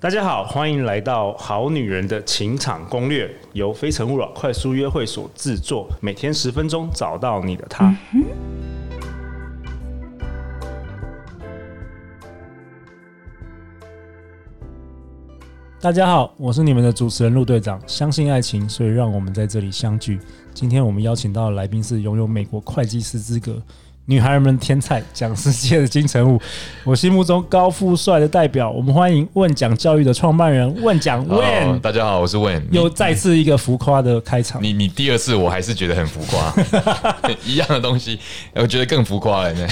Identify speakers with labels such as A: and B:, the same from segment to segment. A: 大家好，欢迎来到《好女人的情场攻略》，由非诚勿扰快速约会所制作，每天十分钟，找到你的他。
B: 嗯大家好，我是你们的主持人陆队长。相信爱情，所以让我们在这里相聚。今天我们邀请到的来宾是拥有美国会计师资格、女孩们天才、讲世界的金城武，我心目中高富帅的代表。我们欢迎问讲教育的创办人问讲 w
C: Hello，
B: n
C: 大家好，我是 Wen。
B: 又再次一个浮夸的开场。
C: 你你第二次我还是觉得很浮 夸，一样的东西，我觉得更浮夸了呢。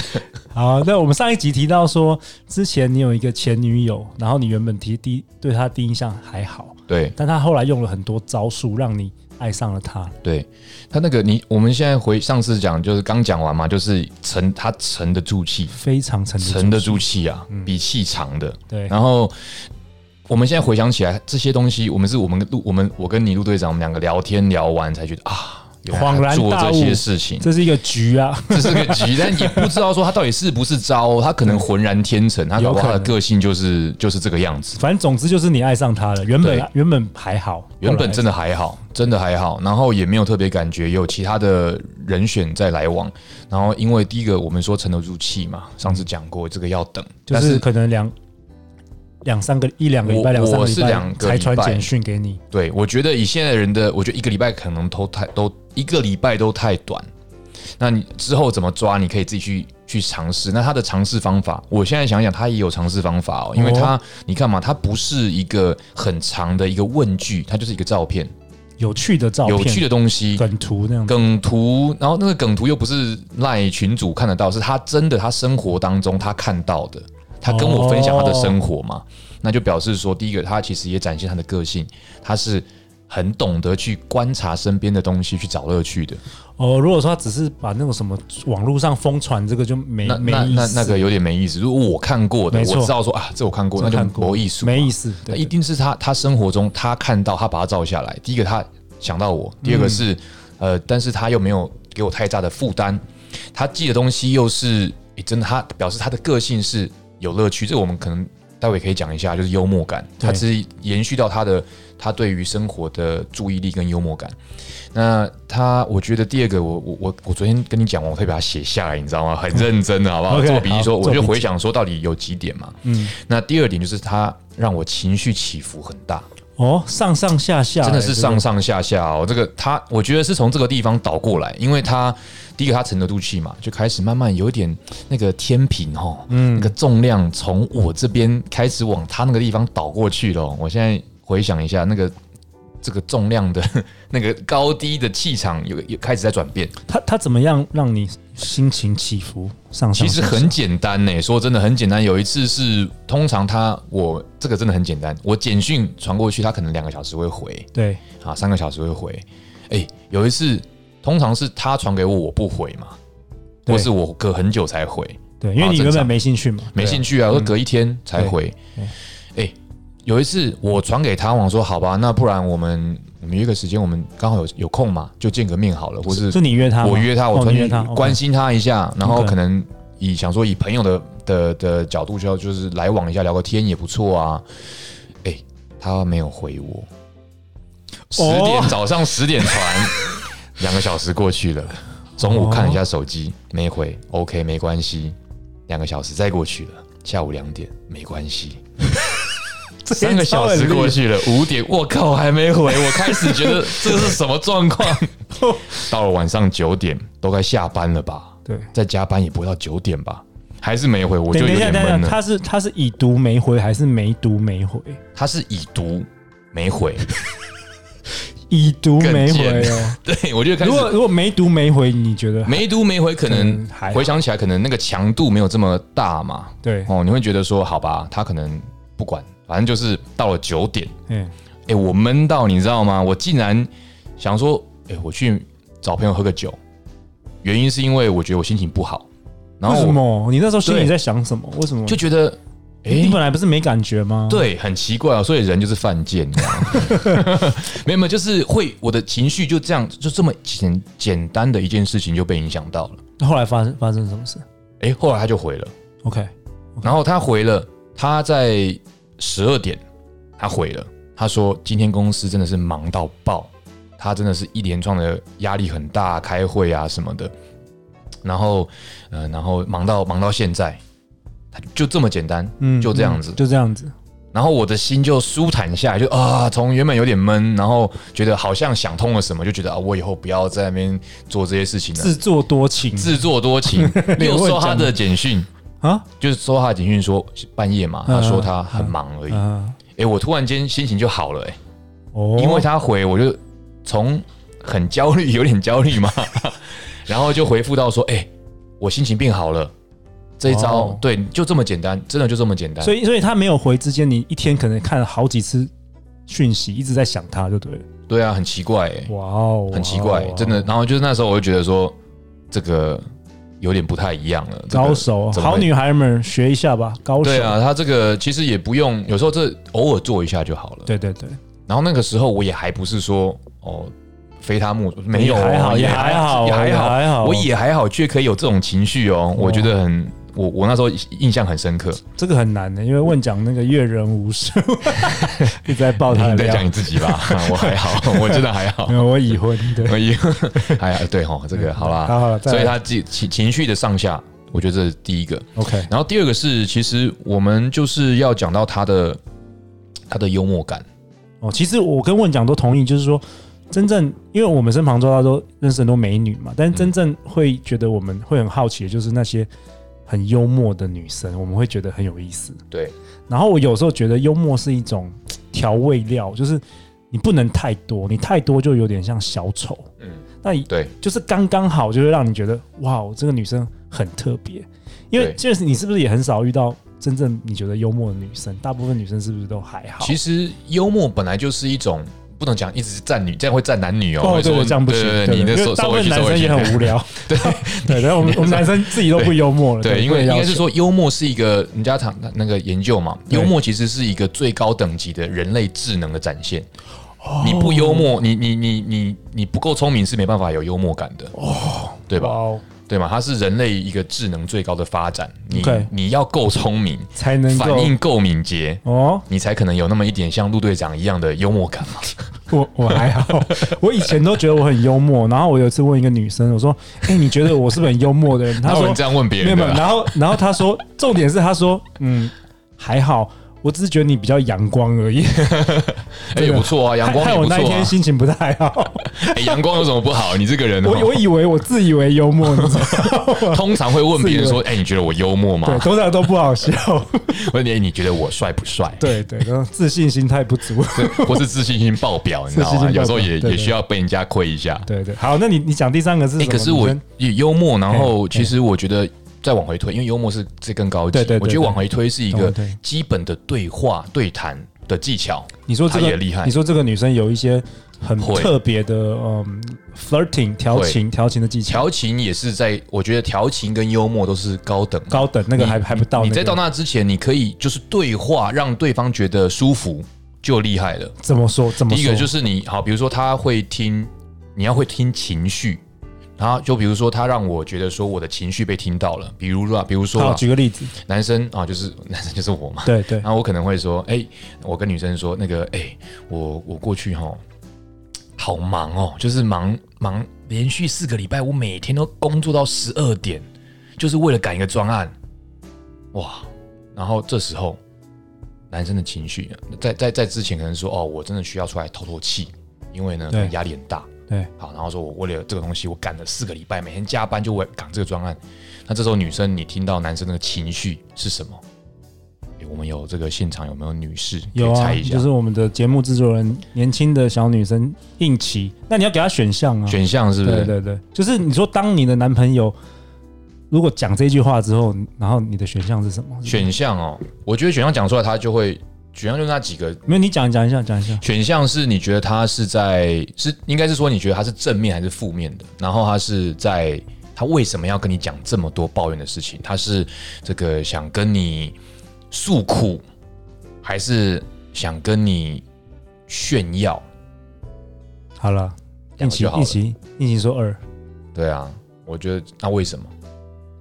B: 好，那我们上一集提到说，之前你有一个前女友，然后你原本提第对她第一印象还好，
C: 对
B: 但她后来用了很多招数让你爱上了她。
C: 对，他那个你，我们现在回上次讲，就是刚讲完嘛，就是沉，他沉得住气，
B: 非常沉得住嗯
C: 沉得住气啊，比气长的。
B: 对
C: 然后我们现在回想起来，这些东西，我们是我们陆，我们我跟你陆队长，我们两个聊天聊完才觉得啊，原来他
B: 恍然
C: 做
B: 大
C: 这
B: 悟
C: 些事情，
B: 这是一个局啊，
C: 这是个 局，但也不知道说他到底是不是招，他可能浑然天成，他搞不好他的个性就是就是这个样子。
B: 反正总之就是你爱上他了。原本啊
C: 对
B: 原本还好，
C: 原本真
B: 的
C: 的还好，真的还好，然后也没有特别感觉有其他的人选在来往。然后因为第一个我们说沉得住气嘛，上次讲过这个要等，
B: 就
C: 但
B: 是
C: 是
B: 可能两两三个一两个礼拜，
C: 我
B: 两三个
C: 我
B: 礼
C: 是
B: 拜
C: 两个
B: 才
C: 礼
B: 传
C: 拜
B: 简讯给你。
C: 对我觉得以现在人的，我觉得一个礼拜可能都太都一个礼拜都太短。那你之后怎么抓？你可以自己去去尝试。那他的尝试方法，我现在想想，他也有尝试方法哦，因为他、你看嘛，他不是一个很长的一个问句，它就是一个照片，
B: 有趣的哦照片，
C: 有趣的东西。
B: 梗图那样子，
C: 梗图，然后那个梗图又不是赖群主看得到，是他真的他生活当中他看到的，他跟我分享他的生活嘛，那就表示说，第一个他其实也展现他的个性，他是很懂得去观察身边的东西去找乐趣的。
B: 哦，如果说他只是把那种什么网络上疯传这个就没
C: 那
B: 没
C: 那
B: 意
C: 那
B: 思，
C: 那个有点没意思。如果我看过的，
B: 没
C: 我
B: 错
C: 知道说啊，这我看过，那就
B: 看过
C: 没意思嘛，
B: 没意思，
C: 那
B: 对
C: 一定是他他生活中他看到他把它照下来，第一个他想到我，第二
B: 嗯
C: 个是、呃，但是他又没有给我太大的负担，他记的东西又是、诶真的，他表示他的个性是有乐趣，这个我们可能待会可以讲一下，就是幽默感，
B: 对
C: 他只是延续到他的他对于生活的注意力跟幽默感。那他，我觉得第二个，我我我我昨天跟你讲完，我特别把它写下来，你知道吗？很认真的，好不好？
B: OK，
C: 做笔
B: 好
C: 记说，
B: 做
C: 我
B: 笔
C: 就
B: 记
C: 回想说到底有几点嘛。
B: 嗯，
C: 那第二点就是他让我情绪起伏很大，
B: 哦，上上下下
C: 真的
B: 哎
C: 是
B: 这个
C: 上上下下哦。这个他，我觉得是从这个地方倒过来，因为他第一个他沉得住气嘛，就开始慢慢有一点那个天平哦，那个重量从我这边开始往他那个地方倒过去了哦。我现在回想一下那个。这个重量的 那个高低的气场有有开始在转变，
B: 他他怎么样让你心情起伏上上
C: 其
B: 下
C: 实
B: 下？
C: 很简单呢、说真的很简单。有一次是通常他我这个真的很简单，我简讯传过去，他可能两个小时会回，
B: 对，
C: 啊，三个小时会回。哎、有一次，通常是他传给我，我不回嘛，
B: 对
C: 或是我隔很久才回，
B: 对，因为
C: 好
B: 你
C: 正
B: 原本
C: 常
B: 没兴趣嘛，
C: 没
B: 对啊
C: 兴趣啊，我隔一天才回。哎、有一次我传给他，我说好吧，那不然我们我们约个时间，我们刚好有有空嘛，就见个面好了，或是
B: 是你约他吗，
C: 我约他，我
B: 哦
C: 传
B: 你
C: 去
B: 约他，
C: 关心他一下，然后
B: OK
C: 可能以想说以朋友的的的角度，就要就是来往一下，聊个天也不错啊。哎、他没有回我，十
B: 哦
C: 点、早上十点传， 两个小时过去了，中午看一下手机、
B: 哦
C: 没回，OK 没关系，两个小时再过去了，下午两点没关系。
B: 这一
C: 三个小时
B: 招很厉
C: 过
B: 害
C: 去了，五点，我靠，还没回，我开始觉得这是什么 状况？到了晚上九点，都该下班了吧？
B: 对，
C: 再加班也不会到九点吧？还是没回，我就
B: 等
C: 有
B: 等一
C: 点
B: 下，等
C: 闷
B: 一下，
C: 了。
B: 他是他是已读没回还是没读没回？
C: 他是已读 没回，
B: 已读没
C: 更
B: 回
C: 贱
B: 哦。
C: 对 我就开 始
B: 如果如果没读没回，你觉得
C: 没读没回，可能
B: 嗯还好
C: 回想起来，可能那个强度没有这么大嘛。
B: 对？
C: 哦，你会觉得说，好吧，他可能不管，反正就是到了九点，
B: 嗯，
C: 哎、我闷到你知道吗？我竟然想说，哎、我去找朋友喝个酒，原因是因为我觉得我心情不好，然
B: 为
C: 后
B: 什
C: 我
B: 么？你那时候心里
C: 对
B: 在想什么？为什么？
C: 就觉得，哎、
B: 你本来不是没感觉吗？，
C: 对，很奇怪哦，所以人就是犯贱，你知 道吗没有没有，就是会我的情绪就这样，就这么简简单的一件事情就被影响到了。
B: 后来发生发生什么事
C: 哎、后来他就回了，
B: ？OK，
C: 然后他回了，他在十二点他回了，他说今天公司真的是忙到爆，他真的是一连串的压力很大，开会啊什么的，然后呃，然后忙到忙到现在，他就这么简单。
B: 嗯
C: 就这样子
B: 嗯就这样子，
C: 然后我的心就舒坦下来，就啊，从原本有点闷，然后觉得好像想通了什么，就觉得啊，我以后不要在那边做这些事情了，
B: 自作多情
C: 自作多 情。又收他的简讯，
B: 啊
C: 就是收他的简讯说半夜嘛，
B: 嗯
C: 他说他很忙而已。
B: 啊
C: 哎、我突然间心情就好了、诶
B: 哦，
C: 因为他回，我就从很焦虑，有点 焦虑嘛，然后就回复到说，哎、我心情变好了。这一招、
B: 哦
C: 对，就这么简单，真的就这么简单。
B: 所以所以他没有回之间，你一天可能看了好几次讯息，一直在想他就对了。
C: 对啊，很奇怪、诶
B: 哇哦，
C: 很奇
B: 哇
C: 怪
B: 哦，
C: 真的。。然后就是那时候我就觉得说，这个有点不太一样了。这个
B: 高手，
C: 怎么
B: 好
C: 会
B: 女孩们学一下吧，高手。
C: 对啊，他这个其实也不用，有时候这偶尔做一下就好了。
B: 对对对，
C: 然后那个时候我也还不是说哦，非他莫属，没有哦，
B: 也还好，也
C: 也
B: 还好，
C: 也还好，
B: 还好。
C: 我也还好，却可以有这种情绪哦，我觉得很。我我那时候印象很深刻，
B: 这个很难的，因为问讲那个阅人无 数，一直在爆哦他的
C: 你在讲
B: 料
C: 你。自 己吧，我还好，我真的还好
B: 没，有，我已婚的。
C: 我也 哎呀，对哈，这个好
B: 好
C: 啦，
B: 好了，再
C: 所
B: 来
C: 以他情情情绪的上下，我觉得这是第一个。
B: OK，
C: 然后第二个是，其实我们就是要讲到他的他的幽默感，
B: 哦，其实我跟问讲都同意，就是说，真正因为我们身旁周遭都认识很多美女嘛，但是
C: 嗯
B: 真正会觉得我们会很好奇的就是那些很幽默的女生，我们会觉得很有意思。
C: 对，
B: 然后我有时候觉得幽默是一种嘖调味料，就是你不能太多，你太多就有点像小丑。
C: 嗯，
B: 那你
C: 对，
B: 就是刚刚好，就会让你觉得哇，哦这个女生很特别。因为
C: 对
B: 就是你是不是也很少遇到真正你觉得幽默的女生？大部分女生是不是都还好？
C: 其实幽默本来就是一种不能讲一直是站女，这样会站男女哦。
B: 哦，对，
C: 所以
B: 我这样不行。
C: 对
B: 对
C: 对，你
B: 因
C: 的
B: 为
C: 收
B: 大
C: 收
B: 部分
C: 回去，
B: 男
C: 收回
B: 生也
C: 去。
B: 很无聊。 对，然后我们我们男生自己都不幽默了。
C: 对，因为
B: 不
C: 应
B: 能要
C: 该是
B: 求
C: 说幽默是一个人家常那个研究嘛，
B: 对
C: 幽默其实是一个最高等级的人类智能的展现。你不幽
B: 哦
C: 默，你你你你你不够聪明是没办法有幽默感的哦，对吧？
B: 哇哦
C: 对嘛？它是人类一个智能最高的发展。你
B: OK
C: 你要够聪明，
B: 才能够
C: 反应够敏捷，
B: 哦，
C: 你才可能有那么一点像陆队长一样的幽默感嘛。
B: 我我还好，我以前都觉得我很幽默。然后我有一次问一个女生，我说：“哎、你觉得我是不是很幽默的人？”她
C: 他
B: 说
C: 们：“这样问别
B: 没有
C: 人
B: 没
C: 的
B: 有。”
C: 啦，
B: 然后然后她说：“重点是她说，嗯，还好，我只是觉得你比较阳光而已。
C: 哎也不错啊，阳光
B: 害
C: 也
B: 我
C: 不
B: 那一
C: 错
B: 天
C: 啊。
B: 心情不太好。
C: 哎阳光有什么不好？你这个人哦，
B: 我我以为我自以为幽默， 你知道
C: 通常会问别人说：“哎，你觉得我幽默
B: 对，
C: 吗
B: 通常都不好笑。？”
C: 或者哎你觉得我帅不帅？
B: 对对，然后自信心太不足。
C: 或是自信心爆表，你知道
B: 自信
C: 吗？
B: 心爆表
C: 有时候也
B: 对对
C: 也需要被人家亏一下。
B: 对对，好，那你你讲第三个是什
C: 哎，
B: 么？
C: 可是
B: 你
C: 我
B: 跟
C: 也幽默，然后
B: 嘿
C: 其实我觉得再往回推，因为幽默是这更高级
B: 对对对，
C: 我觉得
B: 对
C: 往回推是一
B: 往回
C: 个
B: 推
C: 基本的对话对谈的技巧。
B: 你说这
C: 她
B: 个
C: 也厉害
B: 你说这个女生有一些很
C: 会
B: 特别的，嗯，flirting 调情调情的技巧，
C: 调情也是在，我觉得调情跟幽默都是高等的。
B: 高等那个还还不到、
C: 你
B: 那个
C: 在到那之前，你可以就是对话，让对方觉得舒服就厉害了。
B: 怎么说？怎么
C: 第
B: 说？
C: 一个就是你好，比如说他会听，你要会听情绪，然后就比如说他让我觉得说我的情绪被听到了，比如说啊，比如说
B: 好，
C: 啊
B: 举个例子，
C: 男生啊，就是 男生就是我嘛，
B: 对对
C: 然后我可能会说，哎、我跟女生说，那个，哎、我我过去哈，好忙哦，就是忙忙，连续四个礼拜，我每天都工作到十二点，就是为了赶一个专案，哇！然后这时候，男生的情绪，啊在在在之前可能说，哦，我真的需要出来透透气，因为呢
B: 对
C: 压力很大。
B: 对，
C: 好，然后说我为了这个东西，我赶了四个礼拜，每天加班就为赶这个专案。那这时候女生，你听到男生的情绪是什么？诶我们有这个现场有没有女士可
B: 有
C: 以
B: 啊
C: 猜一，下？
B: 就是我们的节目制作人，年轻的小女生应琪，那你要给她选项啊，
C: 选项是不
B: 对
C: 是？
B: 对对，就是你说当你的男朋友如果讲这句话之后，然后你的选项是什么？
C: 选项哦，我觉得选项讲出来，他就会选项就是那几个
B: 没有你讲讲一下讲一下，
C: 选项是你觉得他是在是应该是说你觉得他是正面还是负面的？然后他是在他为什么要跟你讲这么多抱怨的事情？他是这个想跟你诉苦，还是想跟你炫耀？
B: 好了，
C: 两
B: 应
C: 个
B: 琪
C: 就好
B: 应
C: 了。
B: 琪应琪说二，
C: 对啊，我觉得那为什么？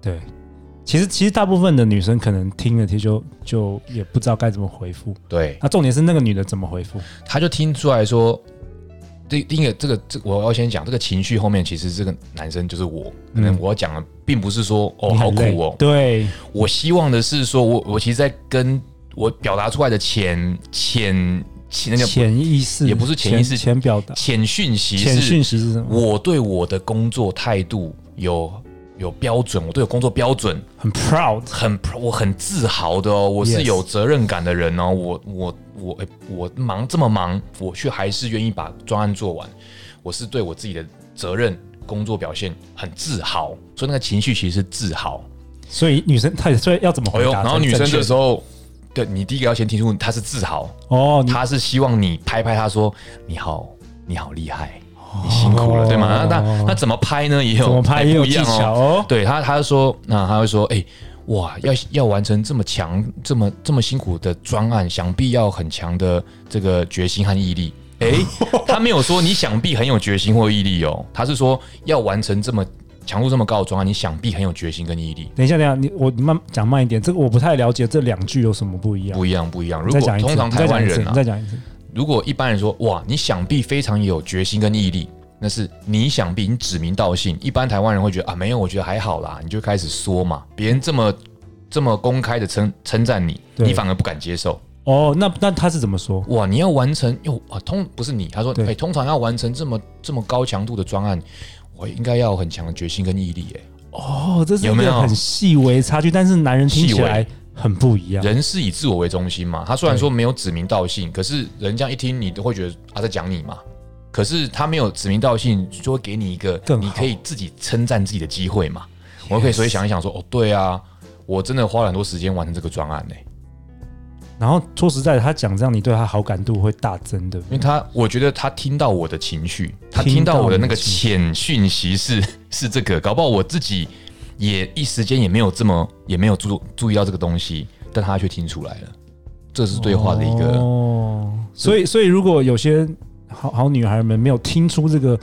B: 对，其实其实大部分的女生可能听了，其实就就也不知道该怎么回复。
C: 对，
B: 那重点是那个女的怎么回复？
C: 他就听出来说，第第一个这个这我要先讲这个情绪后面，其实这个男生就是我，可能我要讲的并不是说哦
B: 嗯你
C: 好
B: 很
C: 苦
B: 累
C: 哦，
B: 对，
C: 我希望的是说我我其实，在跟我表达出来的潜潜潜那叫
B: 潜意识
C: 也不是潜意识
B: 潜表达，
C: 潜讯息
B: 潜讯
C: 是，
B: 息是什么？
C: 我对我的工作态度有有标准，我对我工作标准
B: 很 proud，
C: 很 pro- 我很自豪的哦，我是
B: Yes
C: 有责任感的人哦，我我我诶我忙这么忙，我却还是愿意把专案做完，我是对我自己的责任工作表现很自豪，所以那个情绪其实是自豪。
B: 所以女生她所以要怎么
C: 哎
B: 回
C: 呦，
B: 答？
C: 然后女生这时
B: 候
C: 候，对你第一个要先听出她是自豪，
B: 哦，你
C: 她是希望你拍拍她说你好，你好厉害，你辛苦了，对吗？那那那怎么拍呢？也有
B: 哦怎么拍
C: 哎
B: 也有
C: 不一
B: 技
C: 样哦
B: 巧哦。
C: 对他，他就说，那他会说，哎、哇，要要完成这么强、这么这么辛苦的专案，想必要很强的这个决心和毅力。 哎、他没有说你想必很有决心或毅力哦，他是说要完成这么强度这么高的专案，你想必很有决心跟毅力。
B: 等一下，等一下，你我你慢讲慢一点，这个我不太了解，这两句有什么不一样？
C: 不一样，不一样。如
B: 你
C: 果
B: 再讲一次，
C: 通常
B: 你
C: 台
B: 再
C: 湾
B: 讲一次
C: 人
B: 你
C: 啊，
B: 再讲一次，
C: 如果一般人说，哇，你想必非常有决心跟毅力，那是你想必你指名道姓。一般台湾人会觉得啊，没有，我觉得还好啦，你就开始说嘛。别人这么这么公开的称称赞你，
B: 对
C: 你反而不敢接受。
B: 哦，那那他是怎么说？
C: 哇，你要完成哟啊，通不是你，他说，
B: 对
C: 哎、通常要完成这么这么高强度的专案，我应该要有很强的决心跟毅力、哎。
B: 哦，这是
C: 有
B: 一
C: 没有
B: 个很细微差距，但是男人听起来很不一样。
C: 人是以自我为中心嘛，他虽然说没有指名道姓，可是人家一听你都会觉得啊在讲你嘛。可是他没有指名道姓，就会给你一个
B: 更好
C: 你可以自己称赞自己的机会嘛。我可以所以想一想说，哦，对啊，我真的花了很多时间完成这个专案呢、
B: 然后说实在的，他讲这样，你对他好感度会大增的。
C: 因为他我觉得他听到我的情绪，他
B: 听
C: 听到
B: 到
C: 我的
B: 你
C: 那个
B: 的情
C: 潜讯息是 是这个，搞不好我自己也一时间也没有这么也没有注注意到这个东西，但他却听出来了，这是对话的一个。
B: 哦，所以所以如果有些好好女孩们没有听出这个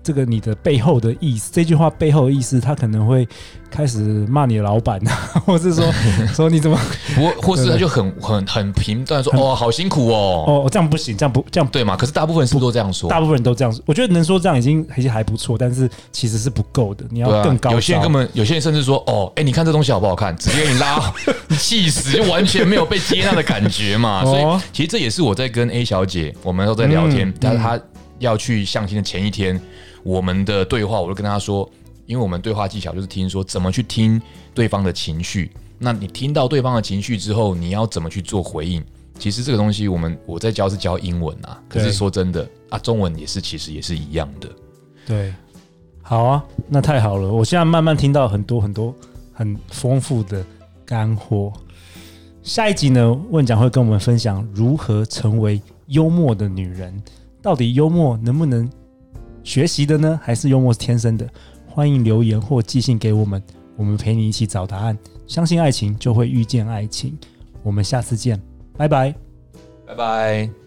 B: 这个你的背后的意思，这句话背后的意思，她可能会开始骂你的老板，啊或是 说说你怎么
C: 不过，或是
B: 对
C: 他就很很很平淡地说
B: 很
C: 哦，好辛苦哦，
B: 哦这样不行，这样不这样。
C: 对嘛？可是大部分人是不是都这样说？
B: 大部分人都这样，我觉得能说这样已经已经还不错，但是其实是不够的，你要
C: 对啊
B: 更高、，
C: 有些人根本，有些人甚至说哦，哎，你看这东西好不好看？直接给 你拉，你气死，就完全没有被接纳的感觉嘛。
B: 哦
C: 所以，其实这也是我在跟 A 小姐，我们都在聊天
B: 嗯，
C: 但是她要去相亲的前一天，我们的对话，我就跟她说，因为我们对话技巧就是听说怎么去听对方的情绪。那你听到对方的情绪之后，你要怎么去做回应？其实这个东西，我们我在教是教英文啊，可
B: 对
C: 是说真的啊，中文也是其实也是一样的。
B: 对，好啊，那太好了！我现在慢慢听到很多很多很丰富的干货。下一集呢，问讲会跟我们分享如何成为幽默的女人。到底幽默能不能学习的呢？还是幽默是天生的？欢迎留言或寄信给我们，我们陪你一起找答案。相信爱情，就会遇见爱情。我们下次见，拜拜。
C: 拜拜。